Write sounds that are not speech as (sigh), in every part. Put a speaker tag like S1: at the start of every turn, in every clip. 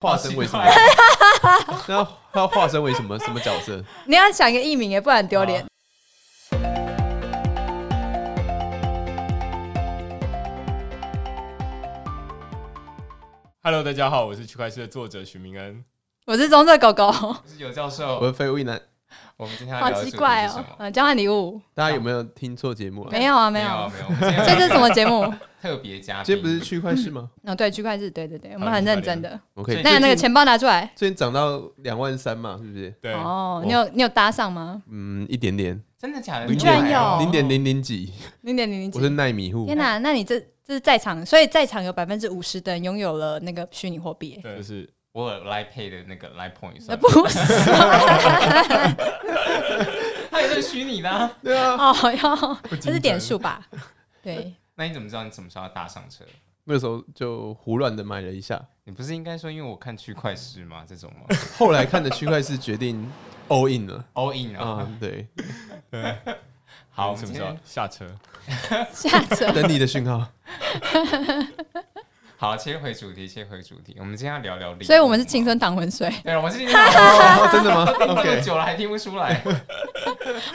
S1: 化身为什么
S2: 好奇？
S1: (laughs) 那要他要化身为什么什么角色？
S3: (laughs) 你要想一个艺名也不然很丢脸。
S2: Hello，大家好，我是区块链的作者许明恩。
S3: 我是棕色狗狗，
S4: 我是尤教
S1: 我
S4: 授，
S1: 是废物一男，
S4: 我们今天要
S3: 好
S4: 聊的
S3: 奇
S4: 主题
S3: 怪
S4: 是
S3: 哦
S4: 什么？。
S3: 嗯，交换礼物
S1: 大家有没有听错节目啊？
S3: 没有啊，
S4: 没
S3: 没有
S4: 有
S3: 啊。
S4: 没有，我们今
S3: 所以
S4: 天
S3: 这是
S4: 有
S3: 什么节目？
S4: 特别嘉
S1: 今
S4: 宾？
S1: 天不是区块市吗？
S3: 哦，对，区块链，对对对，我们
S2: 好
S3: 很认真的。
S1: 我可以。
S2: 对
S3: 那那个钱包拿出来。
S1: 最近涨到两万三嘛，是不是？
S2: 对，
S3: 哦，你有你有搭上吗？
S1: 嗯，一点点，
S4: 真的假的？
S1: 零
S3: 居然
S4: 买
S3: 有
S4: 哦
S1: 零点零零几，
S3: 零点零零
S1: 我是
S3: 几。
S1: 奈米户
S3: 天，哪，那你这这是在场，所以在场有百分之五十的人拥有了那个虚拟货币。
S2: 对，
S1: 就是
S4: 我有 Line Pay 的那个 Line Point，算
S3: 呃，(laughs) 不是
S4: 它也是虚拟的啊。
S1: 对啊，
S3: (laughs) 哦，要
S2: 不
S3: 这是点数吧？对，
S4: 那你怎么知道你什么时候要搭上车？
S1: 那时候就胡乱的买了一下，
S4: 你不是应该说因为我看区块市吗？这种吗
S1: 后来看的区块市决定 all in 了
S4: ？All in 啊！
S1: 啊，对，
S4: 好，我
S2: 什
S4: 们今
S2: 么时候
S4: 天
S2: 下车？
S3: 下
S1: (laughs)
S3: 车。
S1: 等你的讯
S3: (laughs)
S1: 号。
S4: 好切回主题，切回主题。我们今天要聊聊礼物
S3: 所以我们是
S4: 嘛
S3: 青。春挡浑水，
S4: 对，我们是
S3: (laughs)
S4: 青
S1: 哦
S4: 春。，
S1: 真的吗
S4: 听这 (laughs) 么
S1: ？OK，
S4: 久了还听不出来，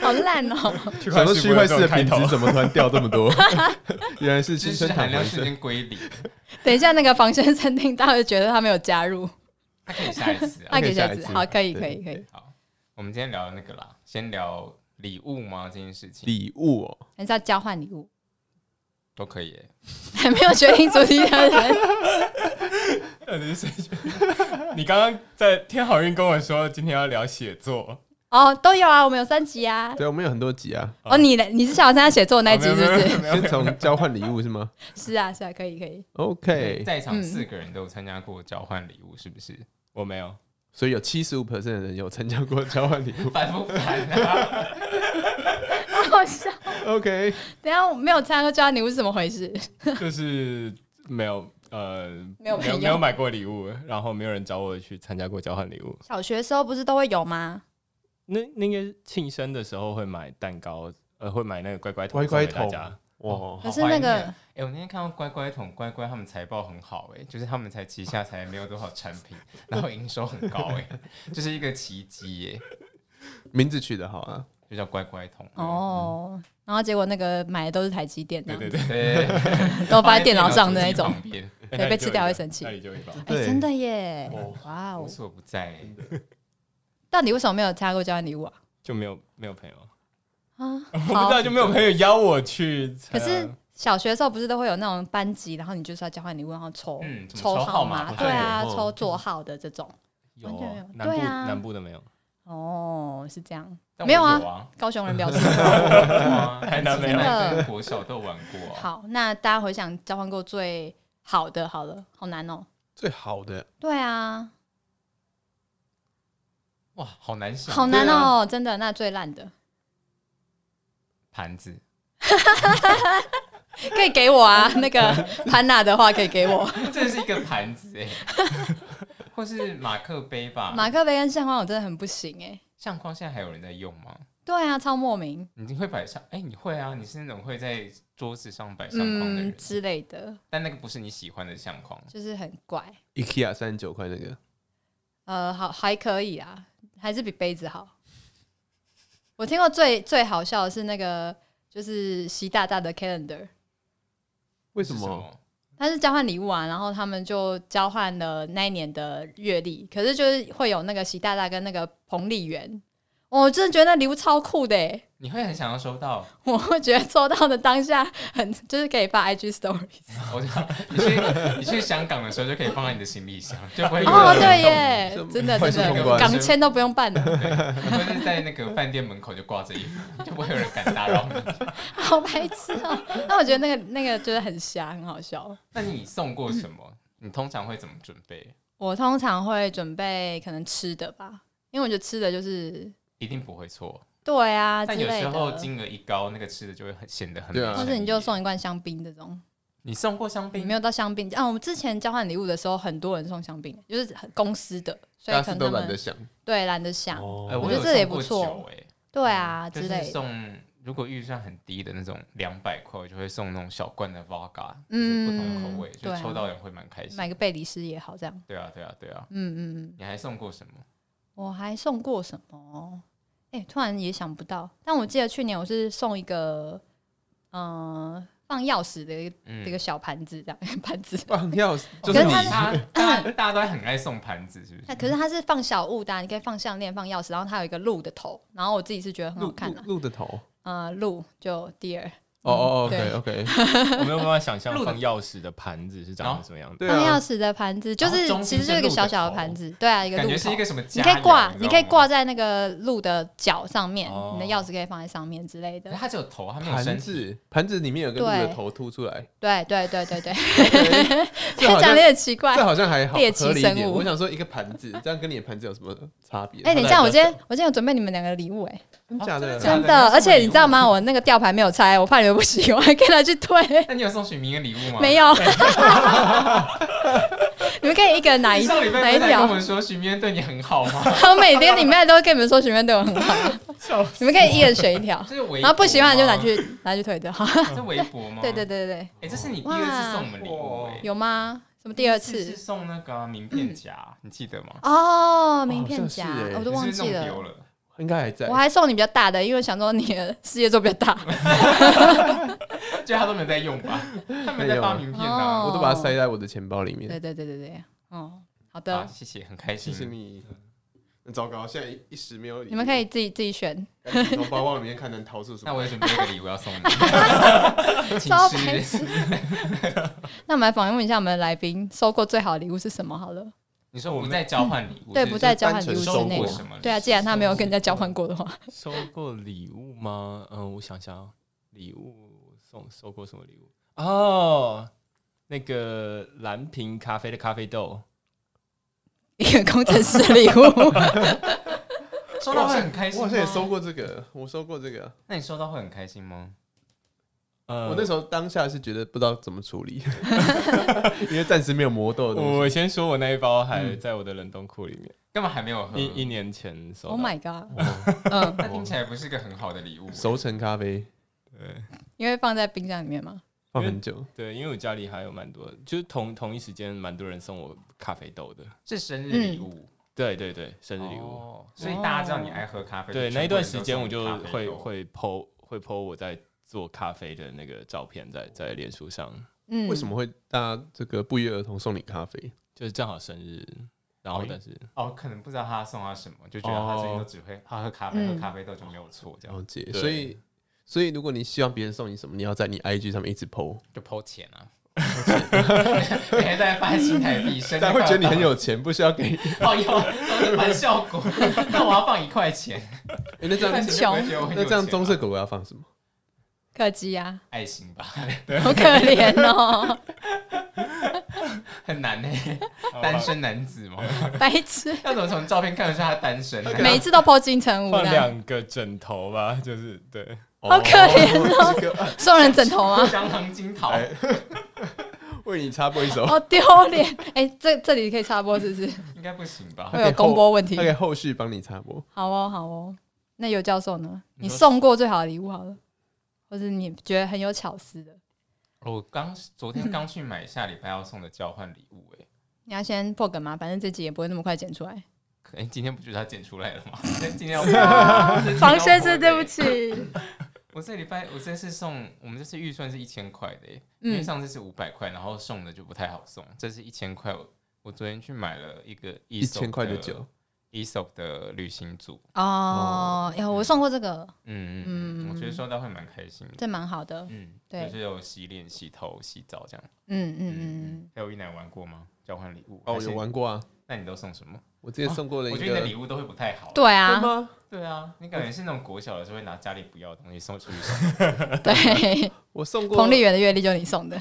S3: 好烂哦。
S2: 区
S1: 想说区块市的品质
S2: 头，
S1: 怎么突然掉这么
S3: (laughs)
S1: 多？原来是
S4: 知
S1: 青
S4: 识
S1: 春
S4: 含
S1: 糖
S4: 量
S1: 分
S4: 瞬间归零。
S3: (laughs) 等一下，那个房先生听到就觉得他没有加入，
S4: 他可以下一次啊。
S3: (laughs) 那
S1: 可
S3: 给
S1: 以
S3: 下
S1: 下一
S3: 次。
S1: 次
S3: 好，可以，
S1: 对
S3: 可以，可以。
S4: 我们今天聊那个啦，先聊礼物吗？这件事情
S3: 嗯
S1: 礼物哦，
S3: 还是要交换礼物？
S4: 都可以耶、
S3: 还没有决定主题的 (laughs) 人，
S2: 呃你是 (laughs) 谁你刚刚在天好运跟我说今天要聊写作，
S3: 哦，都有啊，我们有三集啊。
S1: 对，我们有很多集啊。
S3: 哦，你来，你是想要参加写作那一集是
S2: 哦
S3: 不
S2: 没有没有
S3: 是？
S2: (laughs) 没有
S1: 先从交换礼物是吗
S3: 是啊，是啊，可以，可以。
S1: ？OK，
S4: 在场
S3: 嗯
S4: 四个人都有参加过交换礼物，是不
S2: (laughs)
S4: 是？。
S2: 我没
S3: (laughs)
S2: 有，
S1: 所以有七十五 percent 的人有参加过交换礼物
S2: (laughs)
S4: 烦不烦啊？
S3: 好笑。
S1: OK，
S3: 等一下我没有参加过交换礼物是怎么回事？
S2: 就是没有，呃，
S3: 没有
S2: 没
S3: 朋友
S2: 没有买过礼物，然后没有人找我去参加过交换礼物。
S3: 小学时候不是都会有吗？
S2: 那那个庆生的时候会买蛋糕，呃，会买那个乖乖桶
S1: 乖
S2: 啊
S1: 乖
S2: 送给大
S1: 桶
S2: 家哦
S1: 哇，
S3: 可是那
S4: 好怀
S3: 个
S4: 念哎、我那天看到乖乖桶，乖乖他们财报很好、哎，就是他们才旗下才没有多少产品， (laughs) 然后营收很高、哎，就是一个奇迹、哎，
S1: 名字取得好啊。
S4: 就叫乖乖桶。
S3: 哦，然后结果那个买的都是台积电的
S2: 啊对，对对，
S4: 对，
S3: 都放在电脑上的那种
S4: 手。机旁边
S2: 哎那里
S3: 被
S2: 就
S3: 吃掉
S2: 有
S3: 会
S2: 一个
S3: 生气
S2: 那里就有一包。
S3: 哎，
S1: 对
S3: 真的耶
S1: 哦！
S3: 哇
S4: 无
S3: 哦，
S4: 所不在、哎
S3: 到底为什么没有参加过交换礼物啊？
S2: 就没有没有朋友，
S3: 啊，
S2: (laughs) 我不知
S3: 好。
S2: 道就没有朋友邀我去
S3: 可
S2: 参加。
S4: 啊
S3: 是小学的时候不是都会有那种班级，然后你就是要交换礼物，然后抽
S4: 嗯怎么抽
S3: 号
S4: 号码不是
S3: 对啊，
S1: 有
S3: 抽座号的这种。
S2: 有
S3: 完全没有
S2: 南部
S3: 对啊
S2: 南部的没有，
S3: 哦，是这样。
S4: 但我
S3: 没有啊
S4: 有啊，
S3: 高雄人表
S4: (laughs)
S3: 示
S2: (laughs)
S4: 哇
S2: 台南没有
S4: 跟国小都玩过、啊。
S3: 好，那大家回想交换过最好的，好了，好难哦。
S1: 最好的
S3: 对啊，
S4: 哇，好难想，
S3: 好难哦，
S4: 啊
S3: 真的。那最烂的
S4: 盘子，
S3: 可以给我啊，那个潘娜的话可以给
S4: (laughs)
S3: 我。
S4: 这是一个盘子
S3: (laughs)
S4: 哎，或是马克杯吧？
S3: 马克杯跟相框我真的很不行哎。
S4: 相框现在还有人在用吗？
S3: 对啊，超莫名，
S4: 你会摆上？哎、你会啊，你是那种会在桌子上摆相框的人
S3: 嗯，之类的，
S4: 但那个不是你喜欢的相框。
S3: 就是很怪。
S1: IKEA 三十九块那个，
S3: 呃，好，还可以啊，还是比杯子好。我听过最最好笑的是那个，就是习大大的 calendar，
S1: 为
S4: 是
S1: 什么？？
S3: 他是交换礼物啊，然后他们就交换了那一年的月历，可是就是会有那个习大大跟那个彭丽媛，我真的觉得那礼物超酷的欸，
S4: 你会很想要收到？
S3: 我会觉得抽到的当下很就是可以发 IG story，
S4: 我知道， (laughs) 你去你去香港的时候就可以放在你的行李箱，就不会有
S3: 哦
S4: 人
S3: 对
S1: 啊这
S3: 耶，真的
S1: 快
S3: 真
S1: 速通
S3: 的，
S1: 关
S3: 港签都不用办了，
S4: 动，或者是在那个饭店门口就挂着一幅，就不会有人敢打扰 (laughs) 你。
S3: 好白痴哦、那我觉得那个那个就是很瞎，很好笑。
S4: 那你送过什么？你通常会怎么准备？
S3: 我通常会准备可能吃的吧，因为我觉得吃的就是
S4: 一定不会错，
S3: 对啊之
S4: 但有
S3: 类
S4: 时候
S3: 的，
S4: 金额一高，那个吃的就会很显得很
S1: 对啊
S4: 没
S3: 或
S4: 诚意
S3: 是你就送一罐香槟这种。
S4: 你送过香槟
S3: 没有到香槟啊，我们之前交换礼物的时候，很多人送香槟，就是很公司的，所以
S1: 大
S3: 可
S1: 家是
S3: 能
S1: 都
S3: 他
S1: 懒得
S3: 们
S1: 想。
S3: 对懒得想。
S1: 哦
S4: 哎，
S3: 我
S4: 我
S3: 觉得
S4: 有
S3: 这也
S4: 送过
S3: 不错
S4: 酒哎，
S3: 对啊
S4: 就
S3: 之
S4: 是
S3: 类的。
S4: 送如果预算很低的那种两百块，我就会送那种小罐的 Vodka，
S3: 嗯
S4: 就是不同口味，就
S3: 对啊
S4: 抽到人会蛮开心。
S3: 买个贝里斯也好，这样。
S4: 对啊，对啊，对啊。
S3: 嗯嗯，嗯
S4: 你还送过什么？
S3: 我还送过什么？哎、突然也想不到。但我记得去年我是送一个，呃，放钥匙的一个、
S4: 嗯
S3: 一个小盘子，这样 (laughs) 盘子。
S1: 放钥匙就
S3: 可
S1: 是
S3: 是
S1: 你
S4: 大
S3: 他
S4: 家大家大家都很爱送盘子，是不
S3: 那
S4: 是？
S3: 可是它是放小物的啊、你可以放项链、放钥匙，然后它有一个鹿的头，然后我自己是觉得很好
S1: 鹿
S3: 看啊
S1: 鹿
S3: 的、
S1: 鹿的头。
S3: 呃，鹿就 deer，
S2: 嗯
S1: 哦哦，OK
S3: 对
S1: OK，
S2: 我没有办法
S3: (laughs)
S2: 想象
S4: 录的
S2: 放钥匙的盘子是长成什么样子。
S1: 对
S3: 放
S1: 啊
S3: 钥，匙的盘子，就
S4: 然后
S3: 是
S4: 中
S3: 其
S4: 间
S3: 实就是一个
S4: 鹿
S3: 小
S4: 的
S3: 小的
S4: 头
S3: 盘子，对啊，一个
S4: 感
S3: 鹿
S4: 觉是
S3: 头
S4: 一。个什么家
S3: 你
S4: 园？
S3: 可以挂，
S4: 知道
S3: 你可以
S4: 吗
S3: 挂。在那个鹿的脚上面，你的
S2: 哦
S3: 钥匙可以放在上面之类
S4: 可
S3: 的
S4: 是。它只有头，它没有身
S1: 盘
S4: 体。
S1: 子盘子里面有个鹿的
S3: 对
S1: 头凸出来，
S3: 对对对对对，
S4: (laughs)
S1: 这好
S3: 讲
S1: 像
S3: 的也奇怪
S1: 这。好像还好
S3: 猎奇
S1: 合理一
S3: 生
S1: 点。
S3: 物
S1: 我想说一个盘子，这样跟你的盘子有什么差别？
S3: 哎，等一下，
S1: 它
S3: 我
S1: 代表
S3: 今
S1: 什
S3: 天
S1: 么
S3: 我今天有准备你们两个礼物，哎，
S1: 真假
S4: 啊真的假
S1: 的
S3: 真
S4: 那
S3: 的，
S4: 是
S3: 而且
S4: 什么
S3: 你知道吗？我那个吊牌没有拆，我怕你们不喜欢， (laughs) 跟他去退。
S4: 那你有送许明的礼物吗？
S3: 没
S4: 有。
S3: 有， (laughs) 你们可以一个人拿一
S4: 上礼
S3: 拿
S4: 拜
S3: 一
S4: 不是还跟我
S3: 条。
S4: 们说许明对你很好吗？ (laughs)
S3: 我每天你们都会跟你们说学妹对我很好，你们可以一人选一条，
S4: 这是微博吗，
S3: 然后不喜欢的就拿去拿去退掉。
S4: 这微博吗？
S3: (laughs) 对对对对对，
S4: 哎、这是你第二次送我们礼物、
S1: 哇
S4: 哎，
S3: 有吗？什么第二
S4: 一是
S3: 次？
S4: 送那个啊、名片夹，你记得吗？
S3: 哦，名
S1: 好
S3: 片
S1: 像
S3: 夹
S1: 是欸，
S3: 我都
S4: 你
S3: 忘
S4: 是不
S3: 记
S4: 是弄
S3: 了
S4: 丢。了。
S1: 应该还在
S3: 我。还送你比较大的，因为想说你的世界做比较大。
S4: 嗯就他都没有在用吧？他没有在发名片啊。
S3: 哦
S1: 我都把它塞在我的钱包里面
S3: 对。对对对对，哦，好的，
S4: 好，谢谢，很开
S1: 谢
S4: 心。
S1: 谢你。很糟糕，现在一一时没有。
S3: 你们可以自己自己选。
S1: 从包包里面看能掏出什
S4: 那
S1: 么。
S4: 我也准备一个礼物要送
S3: (laughs)
S4: 你，
S3: 超
S4: 请
S3: 白
S4: 吃。 (laughs)
S3: 那我们来访问一下我们的来宾，收过最好的礼物是什么？好了，
S4: 你说我们在交换礼物，
S3: 对，
S4: 是
S3: 不
S4: 是
S3: 在交换礼物之
S4: 收
S3: 内
S4: 过
S3: 的
S4: 什么。
S3: 对啊，既然他没有跟人家交换过的话，
S2: 收过礼物吗？嗯，我想想，礼物送收过什么礼物？哦，那个蓝瓶咖啡的咖啡豆，
S3: 一个工程师礼物，
S4: 收到会很开心
S1: (laughs) 我
S4: 吗
S1: 好像也收过这个，我收过这个。
S4: 那你收到会很开心吗？
S2: 呃
S1: 我那时候当下是觉得不知道怎么处
S3: (laughs)
S1: 理，因为暂时没有磨豆的东西。
S2: 我先说，我那一包还
S4: 嗯
S2: 在我的冷冻库里面，
S4: 干嘛还没有喝？
S2: 一一年前收
S3: (laughs) Oh
S2: 到。
S3: my god！嗯，
S4: 那听起来不是个很好的礼物。
S1: 熟成咖啡
S2: 对
S3: 因为放在冰箱里面嘛。
S1: 放很久，
S2: 对，因为我家里还有蛮多，就是同同一时间蛮多人送我咖啡豆的。
S4: 是生日礼物，
S2: 对对对，
S3: 嗯
S2: 生日礼物。
S4: 哦所以大家知道你爱喝咖啡。
S2: 对，
S4: 就
S2: 那
S4: 全
S2: 一
S4: 部人
S2: 段
S4: 都
S2: 时间我
S4: 送
S2: 就
S4: 你咖啡豆
S2: 会会 PO 会 PO 我在做咖啡的那个照片在在脸书上，
S3: 嗯，
S1: 为什？么会大家这个不约而同送你咖啡？
S2: 就是正好生日，然后
S4: 哎
S2: 但是
S4: 哦，可能不知道他送他什么，就觉得他最近都只会他喝咖啡，
S3: 嗯
S4: 喝咖啡豆就没有错，这样
S1: 了解，
S2: 对
S1: 所以所以如果你希望别人送你什么，你要在你 IG 上面一直 PO，
S4: 就抛钱啊。 (laughs) 每天在发新台币，生日
S1: (laughs) 大家会觉得你很
S4: 快
S1: 有钱，不需要给。
S4: 乐哦，有有反效果。 (laughs) 那我要放一块钱，
S1: 诶哎 (laughs) 那这样
S3: 很穷
S1: 那这样棕色狗狗要放什么？
S3: 客机啊，
S4: 爱心吧， (laughs)
S3: 好可怜哦，
S4: 很难呢。单身男子嘛，
S3: 白痴，
S4: 要怎么从照片看得出他单身啊
S1: (laughs)
S4: 呢？ (laughs)
S3: 每一次都抛金城武
S2: 放
S3: 的，
S2: 两个枕头吧，就是对，
S3: 好可怜
S1: 哦，这个
S3: 送人枕头吗？
S4: (laughs) 蟑螂金桃，
S1: 哎为你插播一首，
S3: 好丢脸！哎、这这里可以插播是不是？
S4: 应该不行吧
S3: 会？有公播问题
S1: 他。可以后续帮你插播。
S3: 好哦，好哦。那尤教授呢？你
S4: 你说
S3: 送过最好的礼物好了，或者你觉得很有巧思的，
S4: 我哦刚昨天刚去买下礼拜要送的交换礼物，哎，
S3: 你要先破梗吗？反正这集也不会那么快剪出来。
S4: 可哎能今天不就是他剪出来了吗？ (laughs)
S1: 啊
S4: 今天要
S3: (laughs)
S4: 播
S3: 房先生，对不。起。
S4: 我这礼拜我这次送，我们这次预算是一千块的耶，
S3: 嗯
S4: 因为上次是五百块，然后送的就不太好送，这是一千块。我我昨天去买了一个一
S1: 一千块的酒，
S4: ，ESOP 的旅行组，
S3: 哦，有我送过这个，
S4: 嗯嗯嗯，我觉得收到会蛮开心的，
S3: 这蛮好的。
S4: 嗯，
S3: 对
S4: 就是有洗脸、洗头、洗澡这样。
S3: 嗯嗯嗯，
S4: 还有一奶玩过吗？交换礼物
S1: (laughs) 哦，有？
S4: 还是
S1: 玩过啊，
S4: 那你都送什么？
S1: 哦我之前送过了
S4: 我
S1: 一
S4: 觉得你的
S1: 个
S4: 礼物都会不太好。
S3: 对啊
S1: 真，吗？
S4: 对啊，你感觉是那种国小的时候会拿家里不要的东西送出去送，
S3: 对，
S1: 我送过
S3: 彭丽媛的阅历就是你送的。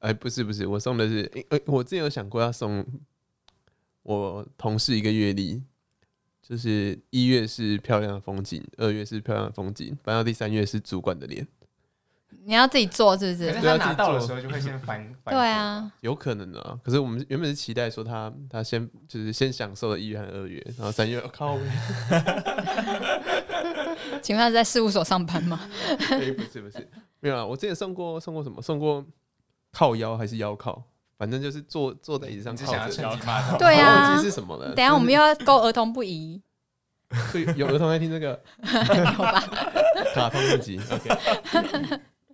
S1: 哎，不是不是，我送的是，哎、哎我之前有想过要送我同事一个月历，就是一月是漂亮的风景，二月是漂亮的风景，搬到第三月是主管的脸。
S3: 你要自己做是不
S4: 可
S3: 是
S4: 是？
S1: 对
S4: 他
S1: 啊
S4: 拿
S1: 自己
S4: 到的
S1: 做
S4: 时候就会先翻，翻
S3: 对啊，
S1: 有可能的啊。可是我们原本是期待说他他先就是先享受了一月和二月，然后三月哦靠背，
S3: 请问他是在事务所上班 (laughs) 吗？
S1: 哎不是不是没有啊。我之前送过送过什么？送过靠腰还是腰靠？反正就是坐坐在椅子上
S4: 你只
S1: 靠
S4: 想要
S1: 着。
S4: 趁机骂他。
S3: 对
S1: 我忘
S3: 啊
S1: 记，是什么了。
S3: 等一下我们又要勾儿童不宜，
S1: 就是有有儿童在听这个
S3: 有吧？
S1: 卡通剧
S3: (laughs)
S1: 集，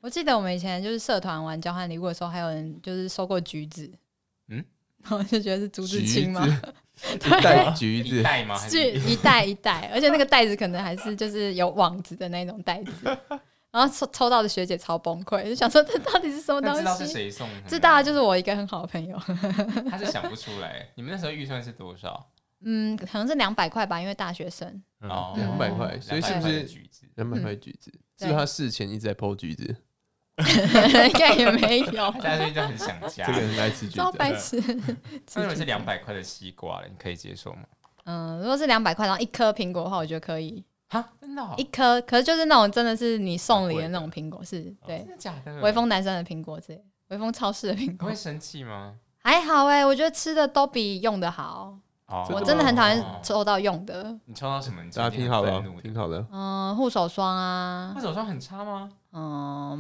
S3: 我记得我们以前就是社团玩交换礼物的时候，还有人就是收过橘子，
S4: 嗯，
S3: 然后就觉得是竹子
S1: 橘
S3: 青吗？啊
S1: 子， (laughs) 一袋橘
S4: 一
S1: 子，
S4: 袋吗？哦还
S3: 是一袋一袋，而且那个袋子可能还是就是有网子的那种袋子。然后抽抽到的学姐超崩溃，就想说这到底是什么
S4: 那知
S3: 东
S4: 道是
S3: 西？
S4: 谁送的吗？
S3: 知道啊就是我一个很好的朋友，
S4: 他
S3: (laughs)
S4: 是想不出来。你们那时候预算是多少？
S3: 嗯，可能是两百块吧，因为大学生。 (laughs)
S2: 嗯
S4: 哦，
S1: 两百块所以是不
S4: 200
S1: 是
S4: 块的橘子？
S1: 两百
S3: 嗯
S1: 块橘子，是
S3: 对
S1: 不是他事前一直在剖橘子？
S3: 应该也没
S4: (laughs)
S3: 有
S4: 他，现在就就很想家
S1: 这。个人很爱吃橘
S3: 超
S1: 子，
S3: 白痴。
S4: (laughs) 那如果是两百块的西瓜了，你可以接受吗？
S3: 嗯，如果是两百块，然后一颗苹果的话，我觉得可以，
S4: 哈，真的哦？
S3: 一颗。可是就是那种真的是你送礼
S2: 贵
S3: 的那
S2: 的
S3: 种苹果，是对
S4: 哦真的假的？哦
S3: 微风男生的苹果之类，微风超市的苹
S4: 你
S3: 果
S4: 会生气吗？
S3: 还好哎、我觉得吃的都比用的好。
S4: 哦
S1: 真
S3: 我
S1: 的
S3: 真的
S1: 吗
S3: 很讨厌抽到用的。
S4: 你抽到什么？你
S1: 大家听好了，听
S4: 好。
S1: 好了，
S3: 嗯，护手霜啊
S4: 他，手上很差吗？
S3: 嗯，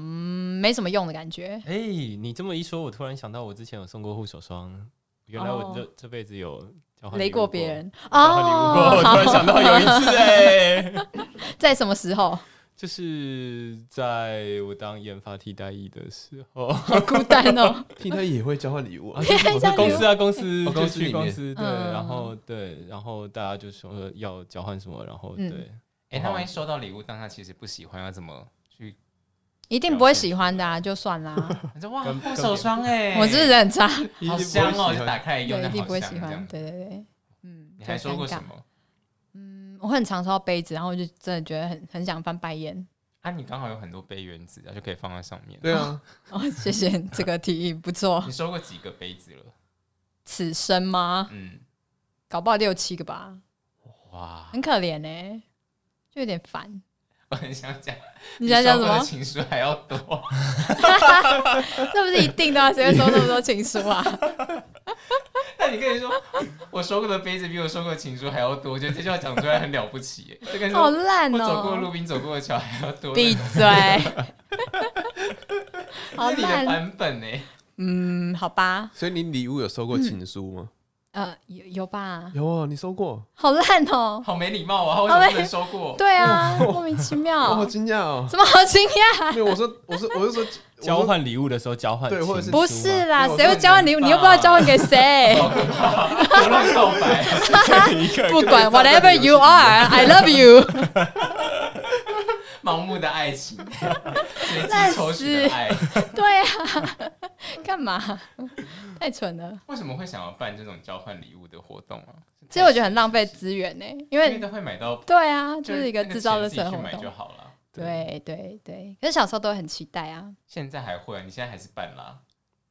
S3: 没什么用的感觉。
S2: 哎、你这么一说，我突然想到，我之前有送过护手霜，原来我
S3: 哦
S2: 这、这辈子有交换礼
S3: 雷
S2: 物
S3: 过别，人哦
S2: 交换礼物过。我突然想到有一次、哎，
S3: (laughs) 在什么时候？
S2: 就是在我当研发替代役的时候，
S3: 好孤单哦。
S1: 替他也会交换礼物
S3: (laughs)
S1: 啊，
S2: 我是 (laughs) 公司啊，公司
S1: 哦
S2: 就
S1: 公司
S2: 去
S1: 里面
S2: 公司对，
S3: 嗯
S2: 然后对，然后大家就说要交换什么，然后
S3: 嗯
S2: 对，
S4: 哎，他万一收到礼物，当他其实不喜欢，要怎么去？
S3: (laughs) 一定不会喜欢的、啊，就算
S4: (laughs)
S3: 啦。
S4: 你说哇，
S2: 跟
S4: 护手霜哎，
S3: 我是不是很差？
S1: 一定
S4: 好
S1: 不会
S4: 香哦，
S1: 喜
S4: 就
S1: 欢
S4: 打开来用，
S3: 对，一
S4: 但
S3: 定
S4: 好
S3: 不会
S4: 香
S3: 喜
S4: 这
S3: 欢
S4: 样。
S3: 对对对，嗯，
S4: 你还
S3: 就
S4: 说过
S3: 尴
S4: 什
S3: 尬？
S4: 么？
S3: 嗯，我很常收到杯子，然后我就真的觉得很很想翻白眼。 (laughs)
S4: 啊，你刚好有很多杯原子，啊，就可以放在上面。
S1: (laughs) 对啊，
S3: 哦，谢谢你这个提议，不错 (laughs)
S4: 你。收过几个杯子了？
S3: 此生吗？
S4: 嗯， (laughs)
S3: 搞不好六七个吧，
S4: 哇，
S3: 很可怜呢、欸就有点烦。
S4: 我很想讲，
S3: (laughs) 你想想
S4: 收
S3: 什
S4: 过的
S3: 么？
S4: 情书还要多，
S3: (laughs) 这不是一定的、啊，谁会收那么多情书
S4: (laughs)
S3: 啊？
S4: 那你可以说，我收过的杯子比我收过的情书还要多，我觉得这句话讲出来很了不起耶，这跟
S3: 好
S4: 说
S3: 烂
S4: 我
S3: 哦、
S4: 走过的路比你走过的桥还要多，
S3: 闭
S4: 这
S3: 嘴！ (laughs) 好
S4: 是你的
S3: 烂，
S4: 版本呢。
S3: 嗯，好吧，
S1: 所以你礼物有收过情书吗？
S3: 呃，有有吧，
S1: 有啊，你收过，
S3: 好烂哦、
S4: 好没礼貌啊！为什么不能收
S3: (laughs)
S4: 过？
S3: 对
S4: (laughs)
S3: 啊，莫名其
S1: 我
S3: 妙
S1: 好，惊讶哦，
S3: 什么好惊讶？
S1: 没有，我说我说我是说
S2: 交，换礼物的时候交换
S1: 对或者
S2: 情
S1: 是
S2: 书吗
S3: 不是啦，
S4: 没有
S3: 谁会交换礼物？你又不知道交换
S4: (laughs)
S3: 给谁。啊
S4: 我乱告白，
S3: 不管 whatever you are，I
S4: (laughs)
S3: love you。
S4: 盲目的爱情， (laughs) 随机抽取的爱，
S3: 对啊，干嘛？太蠢了！
S4: 为什么会想要办这种交换礼物的活动啊？
S3: 其实我觉得很浪费资源呢、欸因
S4: 因为
S3: 为
S4: 都会买到，
S3: 对啊，就是一个
S4: 那
S3: 制造
S4: 钱
S3: 的
S4: 自己
S3: 社
S4: 去
S3: 活
S4: 买就
S3: 动。
S4: 好了。
S3: 对对对，可是小时候都很期待啊。
S4: 现在还会啊，你现在还是办啦。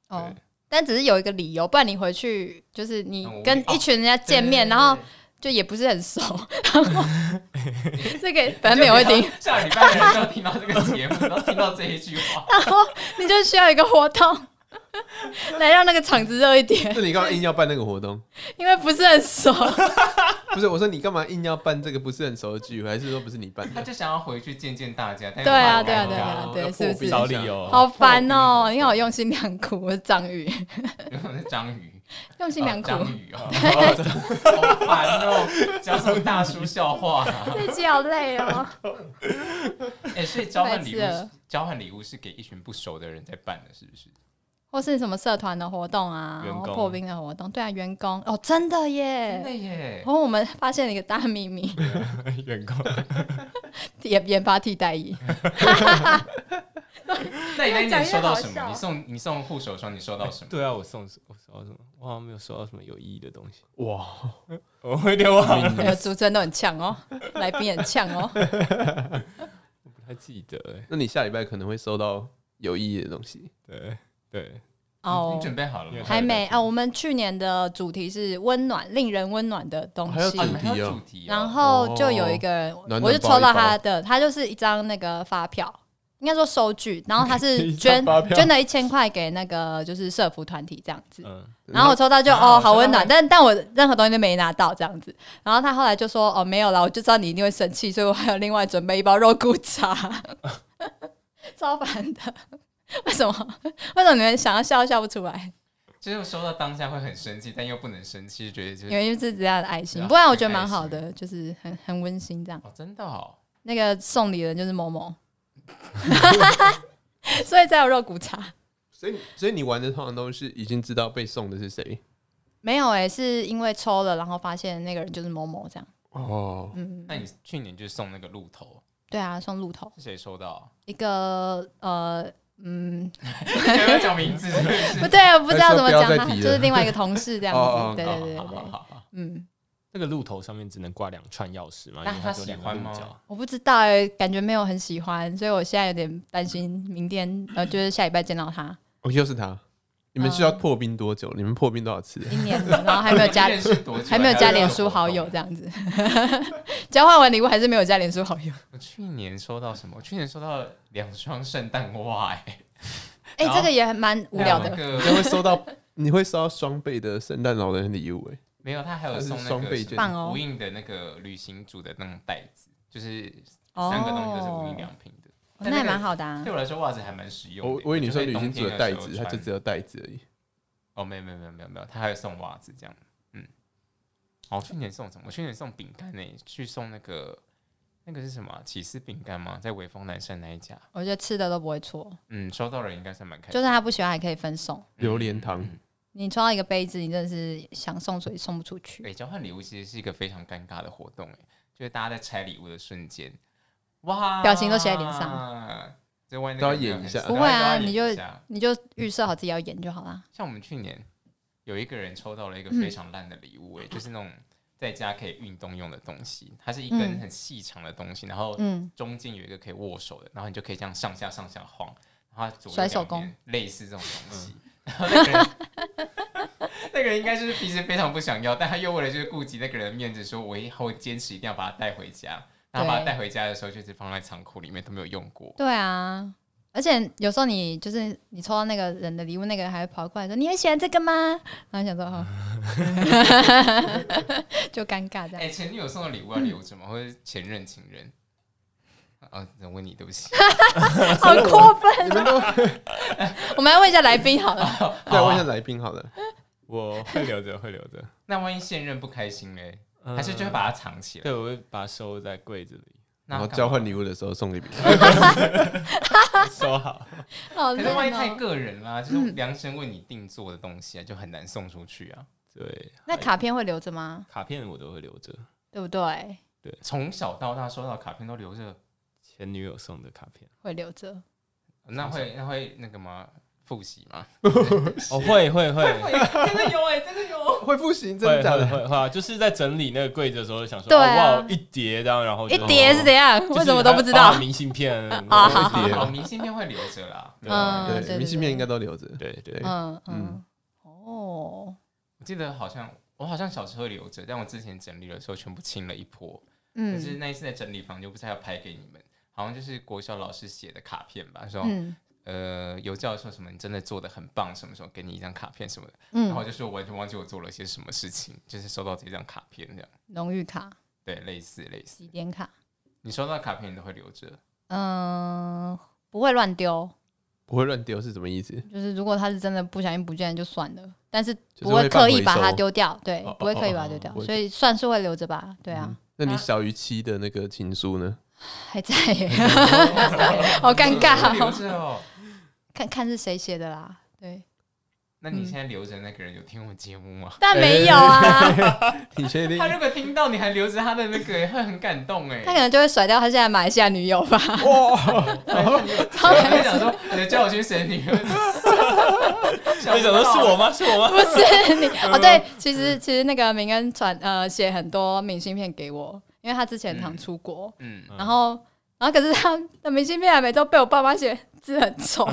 S3: 哦
S4: 对，
S3: 但只是有一个理由，不然你回去就是你
S4: 很无
S3: 跟
S4: 聊
S3: 嗯一群人家见面，然后就也不是很 (laughs) 熟，然后这个 (laughs) 反正没有会听，。
S4: 下礼拜的人都听到这个节目，都听到这一句话。
S3: 然后你就需要一个活 (laughs) 动来让那个场子热一点，
S1: (laughs) 那你干嘛硬要办那个活动？
S3: 因为不是很熟，
S1: 不是，我说你干嘛硬要办这个不是很熟的聚会，还是说不是你办
S4: 他
S1: 的？
S4: 就想要回去见见大家。但是
S3: 对啊
S4: 我
S3: 对啊
S4: 没
S3: 对
S4: 有
S3: 啊对啊
S1: 要
S3: 是不
S1: 破冰
S3: 是
S2: 找
S1: 一下
S2: 理由？
S3: 好烦哦！你看我用心良苦，我是章鱼，
S4: 我是章鱼，
S3: 用心良
S4: 哦
S3: 苦。
S4: 章鱼
S3: (laughs)
S4: 哦，好烦哦，讲什么大叔笑话
S3: (laughs)
S4: 啊？
S3: 这集好累哦，
S4: 哎，所以交换礼物
S3: 白痴哦了
S4: 是，交换礼物是给一群不熟的人在办的，是不是？
S3: (laughs) 或是什么社团的活动啊，
S2: 员
S3: 然后
S2: 工
S3: 破冰的活动，对啊，员工哦，真的
S4: 真的
S3: 耶！
S4: 耶
S3: 然，后我们发现了一个大秘密，
S2: (laughs) 员工，
S3: 研研发替代役。
S1: 嗯
S4: 那你那一
S3: 讲
S4: 年
S3: 越
S4: 收到
S3: 好
S4: 什么？
S3: 笑
S4: 你送你送护手霜，你收到什么？
S2: 对啊，我送我收到什么？我好像没有收到什么有意义的东西， (laughs)
S1: 哇，
S2: 我有点忘了，
S3: 呃，主持人都很呛哦，来宾很呛
S1: (laughs)
S3: 哦。
S2: 我不太记得、哎，
S1: (laughs) 那你下礼拜可能会收到有意义的东西，
S2: 对对，
S4: 你
S3: 哦
S4: 你，准备好了吗？
S3: 还没啊。我们去年的主题是温暖，令人温暖的东
S1: 还有
S3: 西
S1: 主。
S4: 哦你们还有主题哦，
S3: 然后就有一个人，
S1: 暖暖
S3: 我就
S1: 包
S3: 抽
S1: 一
S3: 到
S1: 包
S3: 他的，他就是一张那个发票，应该说收据，然后他
S2: 你
S1: (laughs)
S3: 是
S2: 上
S3: 捐
S2: 发票
S3: 捐了一千块给那个就是社服团体这样
S1: 哦
S3: 子，
S2: 嗯，
S3: 然后我抽到就、
S2: 啊我
S3: 哦
S2: 知道
S3: 好温暖
S2: 了，
S3: 但但我任何东西都没拿到这样子，然后他后来就说哦没有啦，我就知道你一定会生气，所以我还有另外准备一包肉骨茶，超烦的，为什么为什么你们想要笑都笑不出来？
S4: 就是收到当下会很生气，但又不能生气，就觉得就
S3: 因
S4: 是
S3: 为就是这样的爱心
S4: 嗯对，啊
S3: 不然我觉得蛮好的，就是很很温馨这样。
S4: 哦，真的哦，
S3: 那个送礼的人就是某某，所以才有肉骨茶。
S1: 所以所以你玩的通常都是已经知道被送的是谁
S3: 没有哎、是因为抽了，然后发现那个人就是某某这样。
S1: 哦，
S3: 嗯，
S4: 那你去年就送那个鹿头，
S3: 对啊，送鹿头
S4: 是谁收
S3: (laughs)
S4: 到？
S3: 一个呃嗯，
S4: 有没有讲名字？是不是
S3: 不对啊，不知道怎么
S1: 不
S3: 讲
S1: 要再
S3: 他，
S1: 提了
S3: 就是另外一个同事这样
S1: 哦哦
S3: 子。对对
S4: 哦
S3: 对对
S4: 好好
S3: 对，
S4: 好好
S3: 嗯，
S2: 那个鹿头上面只能挂两串钥匙嘛，因
S4: 那
S2: 为
S4: 他
S2: 它只有
S4: 喜
S2: 两个
S4: 欢
S2: 鹿
S4: 吗
S2: 角。
S3: 我不知道哎、感觉没有很喜欢，所以我现在有点担心明天呃，就是下礼拜见到他，
S1: 哦又是他，你们需要破冰多久？你们破冰多少次？
S3: 一年了然后还没有加
S4: 认识多久
S3: 还没有加脸书好友。这样子， (laughs) 交换完礼物还是没有加脸书好友。
S4: 我去年收到什么？我去年收到两双圣诞袜，哎，
S3: 哎、
S4: 然后
S3: 这个也蛮无聊的
S4: 还。有那
S1: 你
S4: 个
S1: 会收到， (laughs) 你会收到双倍的圣诞老人礼物哎、
S4: 没有，他还有
S1: 它是
S4: 送那
S1: 双
S4: 个
S1: 倍
S4: 什
S1: 券
S3: 棒哦
S4: 么无印的那个旅行组的那种袋子，就是三个东西
S3: 哦
S4: 都是无印良品的。但
S3: 那也
S4: 个
S3: 蛮好的啊
S4: 对。我来说，袜子还蛮实用的。
S1: 我我以为你说
S4: 就可以
S1: 旅行
S4: 冬
S1: 组
S4: 天的
S1: 的袋
S4: 时
S1: 子，
S4: 候
S1: 它就
S4: 穿
S1: 只有袋子而已。
S4: 哦，没有没有没有没有没有，他还会送袜子这样。嗯，哦，去年送什么？我去年送饼干呢，去送那个那个是什么啊起司饼干吗？在潍坊南山那一家。
S3: 我觉得吃的都不会错，
S4: 嗯，收到人应该是蛮开
S3: 就
S4: 心。
S3: 算他不喜欢还可以分送。
S1: 榴莲糖
S4: 嗯
S3: 你抽到一个杯子，你真的是想送所以送不出去。
S4: 对，哎交换礼物其实是一个非常尴尬的活动，哎，就是大家在拆礼物的瞬间，哇，
S3: 表情都写在脸上，
S4: 就万一那
S1: 都
S4: 个
S1: 要
S4: 人没有
S1: 演一
S4: 很
S1: 下
S4: 喜
S1: 不
S4: 欢
S3: 会
S4: 大家
S3: 啊
S4: 都要
S3: 你
S4: 演
S3: 就
S4: 一下
S3: 你就预设好自己要演就好啦。
S4: 像我们去年有一个人抽到了一个非常烂的礼物、哎、就是那种在家可以运动用的东西，它是一根
S3: 嗯
S4: 很细长的东西，然后
S3: 嗯，
S4: 中间有一个可以握手的，然后你就可以这样上下上下晃，然后它左右
S3: 甩手
S4: 两边
S3: 功
S4: 类似这种东西。 (laughs) 然后那个人，那个人应该就是平时非常不想要，但他又为了就是顾及那个人的面子，说我以后坚持一定要把它带回家。然后把它
S3: 对
S4: 带回家的时候，就是放在仓库里面都没有用过。
S3: 对啊。而且有时候你就是你抽到那个人的礼物，那个人还会跑过来说：“你很喜欢这个吗？”然后你想说：“哦，就尴尬这
S4: 哎、
S3: 样。
S4: 前女友送的礼物要留着吗？或者前任情人？啊，只能问你，对不
S3: (laughs)
S4: 起。”
S3: 好过分哦！ (laughs) 我们来问一下来宾好了。
S1: 再问一下啊
S3: 哦
S1: 来宾好了，
S2: 我会留着，会留着，
S4: 那万一现任不开心嘞，
S2: (laughs) 嗯
S4: 还是就会把它藏起来？
S2: 对，我会把它收在柜子里，
S4: 那
S1: 然后
S4: 干嘛
S1: 交换礼物的时候送给别人。
S2: 收好。
S3: 好
S4: 可
S3: 烂
S4: 是万一
S3: 哦嗯
S4: 太个人啦、就是量身为你定做的东西啊，就很难送出去啊。
S2: (laughs) 对，
S3: 那卡片会留着吗？
S2: 卡片我都会留着，
S3: 对不对？
S4: 从小到大收到卡片都留着，
S2: 前女友送的卡片。
S3: 会留着。
S4: 那会那会那个吗？复习吗？
S2: 哦，会会会。
S4: 真的有哎、真的有。
S1: 会复习真
S2: 会
S1: 的假
S2: 会
S1: 的？
S2: 会会啊，就是在整理那个柜子的时候，想说
S3: 对
S2: 哦
S3: 啊
S2: 哇，一叠这样，然后就哦
S3: 一叠是怎样？
S2: 就是
S3: 为什么都不知道
S2: 还有？明信片
S3: 啊
S2: 然
S3: (laughs)
S2: 后
S3: 好
S1: 好
S2: 一叠
S1: 好
S4: 哦，明信片会留着啦。
S2: 对啊
S3: 嗯对
S1: 对，
S3: 对
S1: 明信片应该都留着。
S2: 对对，
S3: 嗯
S1: 嗯
S3: 嗯，哦，
S4: 我记得好像我好像小时候留着，但我之前整理的时候全部清了一波。可是
S3: 嗯
S4: 那一次在整理房间，我不是还要拍给你们，好像就是国小老师写的卡片吧，说
S3: 嗯
S4: 呃，有教授什么，你真的做的很棒，什么什么，给你一张卡片什么的。然后我
S3: 嗯，
S4: 就说，我完全忘记我做了些什么事情， (laughs) 就是收到这张卡片这样。
S3: 荣誉卡、
S4: 对，类似类似，
S3: 几点卡，
S4: 你收到卡片你都会留着， (laughs)
S3: 嗯，不会乱丢。
S1: 不会乱丢是什么意思？
S3: 就是如果他是真的不小心不见就算了，但是
S1: 就是
S3: 不会刻意把它
S1: 会放回收。
S3: 丢掉，对
S1: 哦哦，
S3: 不会刻意把它丢
S1: 哦
S3: 掉
S1: 哦，
S3: 所以算是会留着吧。对啊，
S1: 嗯那你小于七的那个情书
S2: (laughs)
S1: 呢？
S3: 还在耶， (laughs) 好尴尬
S4: 留
S3: 哦。
S4: 着哦。
S3: 看看是谁写的啦，对，
S4: 那你现在留着那个人有听我节目吗？
S3: 但没有啊。
S1: 你确
S3: 嗯
S1: 定
S4: 他？
S2: 啊
S4: 如果听到你还留着他的那个，会很感动哎。
S3: 他可能就会甩掉他现在马来西亚女友吧。超
S4: 我
S3: 难
S4: 跟想说，你叫我去选
S3: (laughs)
S4: 女儿，
S2: 我
S4: 没
S2: 想说是我？吗？是我吗？
S3: 不是你哦，对，其实其实那个明恩传呃写很多明信片给我，因为他之前常出国，
S4: 嗯，
S2: 嗯
S3: 然后然后可是他的明信片还没都被我爸妈写字很丑，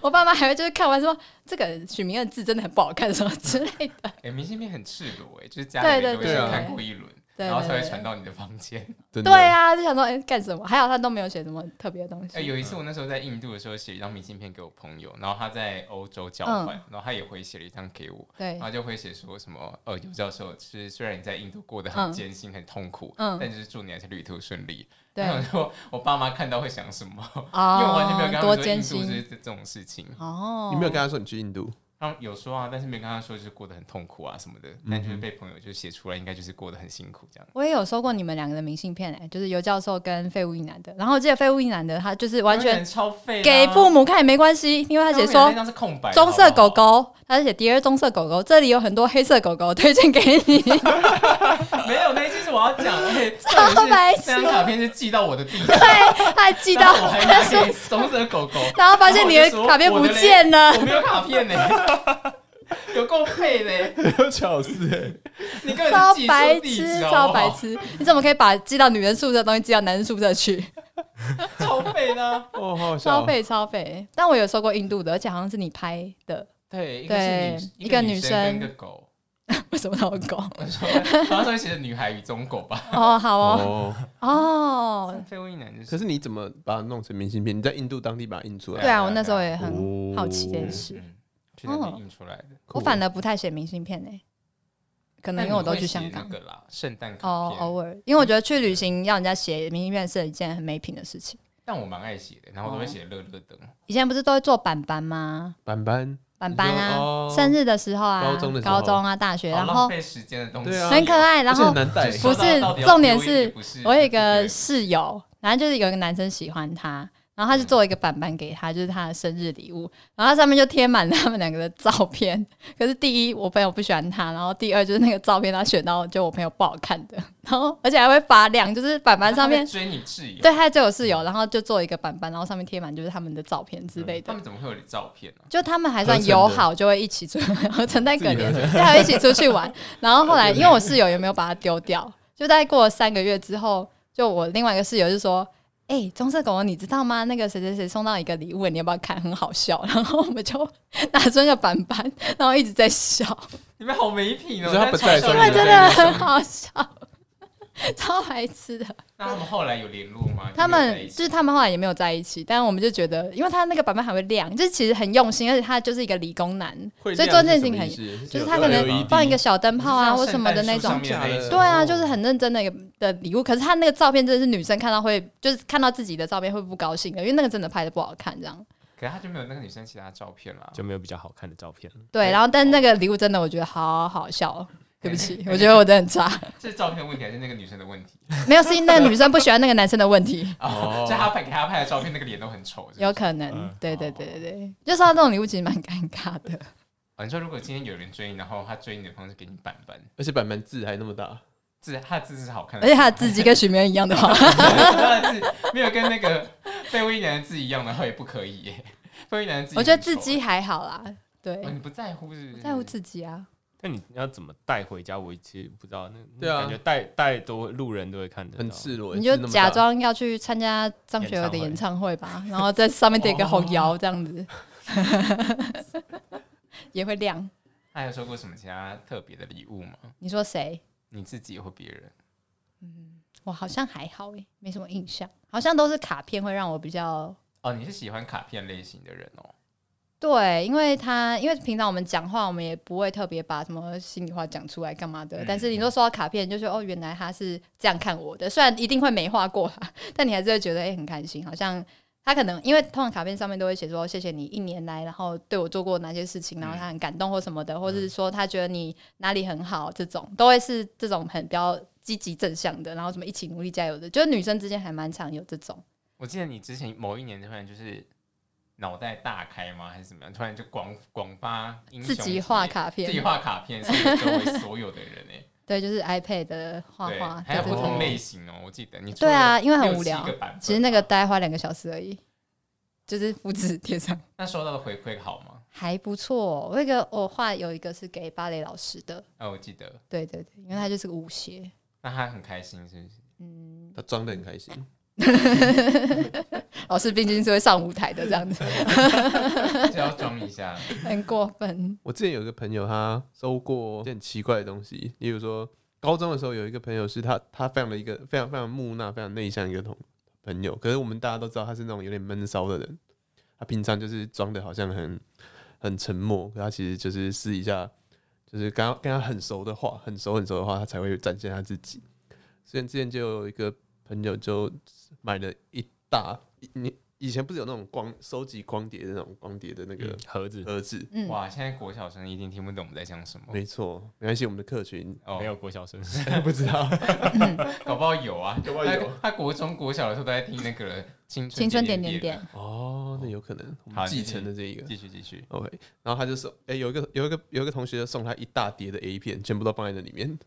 S3: 我爸妈还会就是看完说这个许明恩字真的很不好看什么之类的，
S4: 哎，明信片很赤裸哎，就是家里人都会
S3: 对对
S4: 先
S1: 对
S4: 看过一轮，
S3: 对
S4: 然后才
S3: 对
S4: 会
S3: 对
S4: 传到你的房间。
S1: 真的
S3: 对啊，就想说哎干、什么？还好他都没有写什么特别的东西。
S4: 哎、有一次我那时候在印度的时候写一张明信片给我朋友，然后他在欧洲交
S3: 嗯
S4: 换，
S3: 哎
S4: 然后他也回写了一张给我，
S3: 对
S4: 然后就会写说什么呃，尤教授，就是虽然你在印度过得很
S3: 嗯
S4: 艰辛、很痛苦，
S3: 嗯
S4: 但就是祝你还是旅途顺利。
S3: 对
S4: 然后我说我爸妈看到会想什么，因
S3: 啊
S4: 为我完全没有跟他
S3: 多
S4: 们说
S3: 艰
S4: 印度是
S3: 辛
S4: 这这种事情。
S3: 哦，
S1: 你没有跟他说你去印度，
S4: 他们有说啊，但是没有跟他说就是过得很痛苦啊什么的，但就是被朋友就写出来，应该就是过得很辛苦这样。
S3: 我也有收过你们两个的明信片哎、就是尤教授跟废物一男的。然后我记得废物一男的他就是完全
S4: 超废啊啦，
S3: 给父母看也没关系，因为他
S4: 根
S3: 写
S4: 本
S3: 说
S4: 那张是空白的，
S3: 棕色狗
S4: 好
S3: 狗，他写 Dear 棕色狗狗，这里有很多黑色狗狗推荐给你。 (laughs)
S4: 不 (laughs) 好没有那一句是我要讲，哎
S3: 超白痴
S4: 这张卡片是寄到我的地址，
S3: 对，他还寄
S4: 然
S3: 到
S4: (laughs) 后我还
S3: 他
S4: 拿
S3: (laughs) 说，
S4: 给棕色狗狗，
S3: 然后发现你的卡片不见了
S4: 我。没有卡片呢、 (laughs) 有够配的、
S1: 巧思哎，
S4: 你根本
S3: 超
S4: 就记
S3: 白
S4: 错地
S3: 痴，
S4: 址好
S3: 超
S4: 不
S3: 白
S4: 好？
S3: 痴！你怎么可以把寄到女人宿舍的东西寄到男人宿舍去？
S4: 超配的啊、
S1: 哦，好好笑
S3: 超
S1: 哦。
S3: 费超费！但我有收过印度的，而且好像是你拍的。 (laughs)
S4: 对，一个是
S3: 对
S4: 女，一
S3: 一个
S4: 个
S3: 女
S4: 生跟
S3: 生
S4: 一个狗。
S3: 为什么那么狗？
S4: 我说然后上面写的“女孩与棕狗”吧。
S3: 哦，好哦，
S1: 哦，
S3: 哦，
S4: 非温一男就是
S1: 可是你怎么把它弄成明信片？你在印度当地把它印出来
S3: 对啊，我那时候也很
S1: 哦
S3: 好奇这件事。
S4: 嗯，去那边印出来的。
S3: 我反而不太写明信片呢，欸可
S4: 那
S3: 能因为哦我都去香港
S4: 你会写那个啦，圣诞卡
S3: 哦，
S4: 片。
S3: 偶尔，因为我觉得去旅行要人家写明信片是一件很没品的事情。
S4: 但我蛮爱写的，然后我都会写乐乐灯。
S3: 以前不是都会做板板吗？
S1: 板板
S3: 板板
S1: 你说
S3: 啊
S1: 哦，
S3: 生日的时候啊，
S1: 高中的时候
S3: 高中啊，大学，
S4: 好
S3: 然
S4: 浪
S3: 后
S4: 费时间的东西
S1: 对，啊
S3: 很可爱，然
S1: 而且
S3: 后
S1: 很难带欸
S4: 就，收
S3: 不
S4: 到
S3: 是
S4: 到底要
S3: 重点
S4: 丢也
S3: 是
S4: 不是
S3: 我有一个
S4: 对
S3: 室友，然后就是有一个男生喜欢他，
S4: 嗯
S3: 然后他就做一个板板给他，就是他的生日礼物，然后它上面就贴满了他们两个的照片。可是第一，我朋友不喜欢他，然后第二就是那个照片他选到就我朋友不好看的，然后而且还会发亮，就是板板上面
S4: 他在追你挚友，
S3: 对，他就有室友，然后就做一个板板，然后上面贴满就是他们的照片之类
S4: 嗯他
S3: 的
S4: 们。怎么会有你照片啊呢？
S3: 就他们还算友好，就会一起出合成在隔年，就还会一起出去 (laughs) 玩。然后后来，因为我室友也没有把它丢掉，就大概过了三个月之后，就我另外一个室友就说：“哎、棕色狗狗，你知道吗？那个谁谁谁送到一个礼物，你要不要看？很好笑。” (laughs) 然后我们就拿出那个板板， (laughs) 然后一直在 (laughs) 笑，
S4: 你们好没品哦！
S1: 你说他不在的时候
S4: 床
S3: 因
S4: 上有
S1: 你
S3: 为真
S1: 在
S3: 的
S4: 在
S3: 很好笑， (laughs) 超白痴的。
S4: 那他们后来有联络吗？
S3: 他
S4: 有没有在
S3: 们
S4: 一
S3: 就
S4: 起
S3: 是他们后来也没有在一起，但我们就觉得，因为他那个板板还会亮，就是其实很用心，而且他就是一个理工男，所
S1: 会
S3: 以
S1: 亮
S3: 做这件
S1: 是
S3: 事
S1: 什
S3: 情
S1: 么
S3: 很
S1: 意思
S3: 就是
S1: 有
S3: 啊他可能
S1: LED
S3: 放一个小灯泡啊
S4: 像
S3: 或什么的
S4: 圣诞
S3: 那
S4: 树上
S3: 种。
S4: 面的哦那
S1: 种
S3: 对啊，就是是很认真的一个的礼物。可是他那个照片真的是女生看到会，就是看到自己的照片会不高兴的，因为那个真的拍的不好看，这样。
S4: 可是他就没有那个女生其他照片啦。
S2: 就没有比较好看的照片了。
S3: 对，然后但
S4: 哦
S3: 那个礼物真的我觉得好好笑哦，对不起，
S4: 嗯
S3: 我觉得我真的很差。
S4: (laughs) 这是照片的问题还是那个女生的问题？
S3: 没有，是因为那个女生不喜欢那个男生的问题，
S4: 哦， (laughs) 就他拍给他拍的照片，那个脸都很丑。是不是
S3: 有可能
S2: 嗯。
S4: 哦
S3: 对对对对对，就收到这种礼物其实蛮尴尬的。
S4: 哦你说如果今天有人追你，然后他追你的方式给你板板
S1: 而且板板字还那么大，
S4: 字，他的字是好看的，
S3: 而且他的字迹跟许明一样
S4: (laughs)
S3: 的话，
S4: 他的字没有跟那个被威廉的字一样，然后也不可以耶。 (laughs) 被威廉的字，
S3: 我觉得字迹，还好啦。对，
S4: 哦你不在乎是不是？
S3: 在乎字迹啊。
S2: 但你要怎么带回家？我其实不知道，那
S1: 对啊
S2: 感觉带带多路人都会看得到
S1: 很赤裸，
S3: 你
S1: 字
S3: 就
S1: 那么大
S3: 假装要去参加张学友的演唱会 (laughs) 吧，然后在上面点一个红摇这样子， (laughs) 也会亮。
S4: 他还有收过什么其他特别的礼物吗？
S3: 你说谁？嗯
S4: 你自己或别人？
S3: 我好像还好诶、没什么印象，好像都是卡片会让我比较
S4: 哦，你是喜欢卡片类型的人哦。
S3: 对，因为他因为平常我们讲话，我们也不会特别把什么心里话讲出来干嘛的。
S4: 嗯
S3: 但是你说收到卡片，就说哦，原来他是这样看我的，虽然一定会没画过他，但你还是会觉得哎、诶很开心，好像。他可能因为通常卡片上面都会写说谢谢你一年来，然后对我做过哪些事情，
S4: 嗯
S3: 然后他很感动或什么的，或是说他觉得你哪里很好，这种都会是这种很比较积极正向的，然后什么一起努力加油的，就是女生之间还蛮常有这种。
S4: 我记得你之前某一年突然就是脑袋大开吗，还是怎么样？突然就广广发英
S3: 自
S4: 雄
S3: 己
S4: 帖
S3: 画卡片
S4: 自己画卡片，送给周围所有的人哎、
S3: 对，就是 iPad 的画
S4: 对
S3: 画，，
S4: 还有
S3: 对
S4: 不
S3: 对对
S4: 同类型哦。我记得你出
S3: 对啊
S4: 了
S3: 因为很
S4: 六
S3: 无
S4: 七
S3: 聊
S4: 个版本
S3: 其实那个大概花两个小时而已，就是复制贴上，
S4: 那收到的回馈好吗？
S3: (laughs) 还不错、我有一个我画有一个是给芭蕾老师的，
S4: 啊，我记得，
S3: 对对对，因为他就是个舞鞋，
S4: 那他很开心是不是？
S3: 嗯，
S1: 他装的很开心，
S3: 老师毕竟是会上舞台的，这样子
S4: 就要装一
S3: (laughs)
S4: 下，
S3: 嗯很过分。
S1: 我之前有一个朋友，他收过一件很奇怪的东西，例如说高中的时候有一个朋友是他，他非常的一个非常非常木讷、非常内向一个同朋友，可是我们大家都知道他是那种有点闷骚的人，他平常就是装的好像很很沉默，可他其实就是私底下就是跟他跟他很熟的话，很熟很熟的话，他才会展现他自己。所以之前就有一个朋友就买了一大，你以前不是有那种光收集光碟的那种光碟的那个
S2: 嗯盒子
S1: 盒子？
S3: 嗯，
S4: 哇，现在国小生一定听不懂我们在讲什么。
S1: 没错，没关系，我们的客群
S4: 哦
S2: 没有
S1: (laughs)
S2: 国小生，
S4: (laughs)
S1: 不知道。
S4: 搞不好有啊，搞不
S1: 好有
S4: 他。他国中、国小的时候都在听那个了青春
S3: 青春
S4: 点
S3: 点点点，
S1: 哦，那有可能，我们
S4: 好
S1: 继
S4: 继续
S1: 承了这一个
S4: 点。。继续继续，
S1: OK，然后他就送，哎、有一个有一个有一个同学就送他一大叠的 A 片，全部都放在那里面。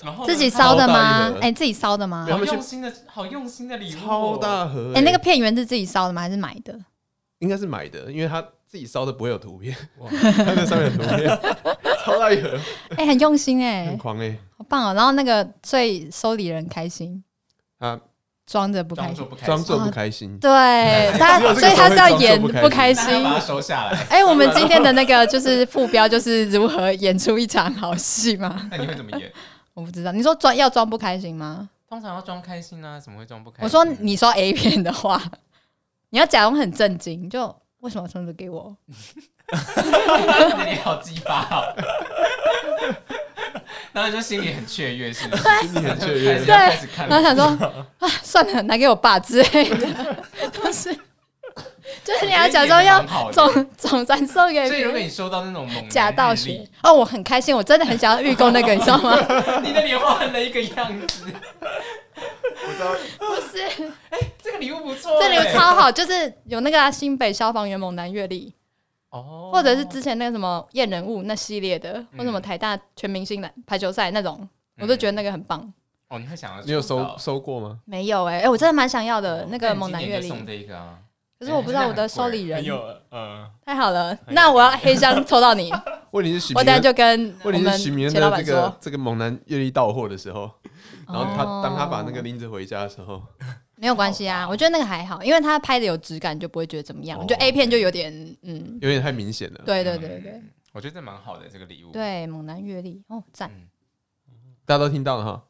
S4: 然后呢
S3: 自己烧的
S1: 好大
S3: 吗
S1: 一盒？
S3: 哎，自己烧的吗
S1: 没？
S4: 好
S1: 有他们去
S4: 用心的，好用心的礼物、哦
S1: 超。大盒、
S3: 哎，那个片源是自己烧的吗？还是买的？
S1: 应该是买的，因为他自己烧的不会有图片，
S2: 哇
S1: 他在上面有图片，
S4: (laughs)
S1: 超大一盒，
S3: 哎，很用心哎
S1: 很， (laughs) 狂哎、
S3: 好棒哦。然后那个最收礼人开心，
S1: 他
S3: 装着不开
S4: 装
S3: 心
S4: 作，不开心，哦
S1: 装作不开心， (laughs)
S3: 对他
S1: 只有，这个
S3: 所以他是要演
S1: 时候会装作不
S3: 不
S1: 开
S3: 开
S4: 那
S3: 心
S4: 他。把它收下来。
S3: 哎，我们今天的那个就是副标就是如何演出一场好戏吗？
S4: (laughs)
S3: (laughs)
S4: 那你会怎么演？
S3: 我不知道，你说装要装不开心吗？
S4: 通常要装开心啊，怎么会装不开心？
S3: 我说，哦你说 A 片的话， (laughs) 你要假装很震惊，就为什么送这
S1: (laughs)
S3: 给我？
S4: (laughs) 那你好激发哦。然后就心里很雀跃，是不是？
S1: 心里很雀
S4: 开
S1: 跃
S4: 始。要开始看
S3: 然后
S4: 了。
S3: 想说 (laughs) 啊，算了，拿给我爸之类的， (laughs) 就是就是你要假装要
S1: (laughs)
S4: 我觉得你也蛮好的
S3: 总总算送给
S4: 所以
S3: 别
S4: 如果你
S3: 人。
S4: 收到那种猛
S3: 假
S4: 到
S3: 道学哦，我很开心，我真的很想要预购那个，你知道吗？
S1: (laughs)
S4: 你的脸换了一个样子。
S3: 不是，
S4: 这个礼物不错
S3: 这
S4: 欸，
S3: 里超好，就是有那个啊、新北消防员猛男阅历，
S4: 哦，
S3: 或者是之前那个什么验人物那系列的，或
S4: 嗯
S3: 者什么台大全明星篮排球赛那种，
S1: 嗯
S3: 我都觉得那个很棒。
S4: 哦，你会想要
S1: 你有
S4: 收
S1: 收
S4: 到
S1: 收过吗？
S3: 没有哎、哎、我真的蛮想要
S1: 哦
S3: 的、那
S4: 那
S3: 个
S4: 你
S3: 猛
S4: 今
S3: 男
S4: 年
S3: 阅
S4: 就
S3: 历，
S4: 送这一个啊，
S3: 可是我不知道我的收礼
S1: 哎
S3: 人
S2: 很。
S1: (laughs)
S2: 有呃，
S3: 太好了，
S2: 很有
S3: 那我要黑箱抽到你，
S1: 问题是许
S3: 我
S1: 明
S3: 等下
S1: 恩，
S3: 就跟我
S1: 问题
S3: 们
S1: 是许明恩
S3: 钱老
S1: 的
S3: 板
S1: 这
S3: 说
S1: 个。这个猛男阅历到货的时候，然后他、
S3: 哦
S1: 当他把那个拎着回家的时候，
S3: 没有关系啊，我觉得那个还好，因为他拍的有质感，就不会觉得怎么样。
S1: 哦
S3: 我觉得 A 片就有点，嗯，
S1: 有点太明显了。
S3: 对对对对
S4: 嗯，我觉得这蛮好的这个礼物。
S3: 对，猛男阅历哦，赞，
S4: 嗯，
S1: 大家都听到了哈，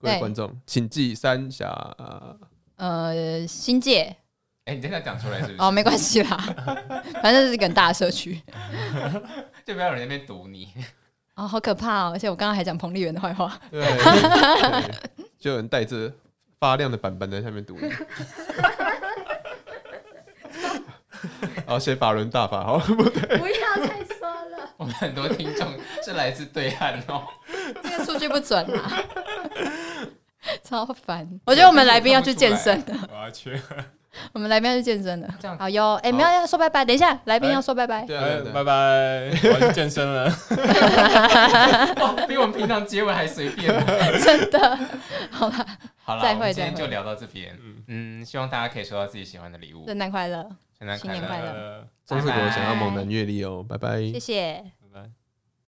S1: 各位
S3: 对
S1: 观众，请记三峡、呃
S3: 呃，新界
S4: 哎，你真的讲出来是不
S3: 哦，
S4: 是？
S3: 没关系啦， (laughs) 反正是个很大的社区
S4: 就不要有人在那边堵你。 (laughs)
S3: 哦，好可怕哦！而且我刚刚还讲彭丽媛的坏话，
S2: (laughs)
S1: 对，对就有人带着发亮的板板在下面
S2: (laughs)
S1: 读你。好，写法轮大法，好，
S3: 不要再说了，
S4: 我们很多听众是来自对岸哦，
S3: (laughs)
S4: (laughs)
S3: 这个数据不准啊，超烦。我觉得我们来宾要去健身了，
S2: 我要去，
S3: 我们来宾要去健身
S4: 这
S3: 了。
S4: 样
S3: 好哟，哎，没有要说拜拜，等一下，来宾要说拜拜。
S1: 对啊，
S2: 哎
S1: 对啊对
S2: 拜
S1: 啊，
S2: 拜，我要去健身
S1: (laughs)
S2: 了。
S4: 哇哦比我们平常结尾还随便。哦
S3: (laughs) 真的， (laughs) 好啦，
S4: 好了，
S3: 再会
S4: 我们今天
S3: 再
S4: 就
S3: 会
S4: 聊到这边。嗯，希望大家可以收到自己喜欢的礼物。
S3: 圣诞快乐，
S4: 圣诞
S3: 新年快乐
S1: 中视国想要猛
S3: 拜
S1: 男阅历哦，拜拜
S3: 谢谢。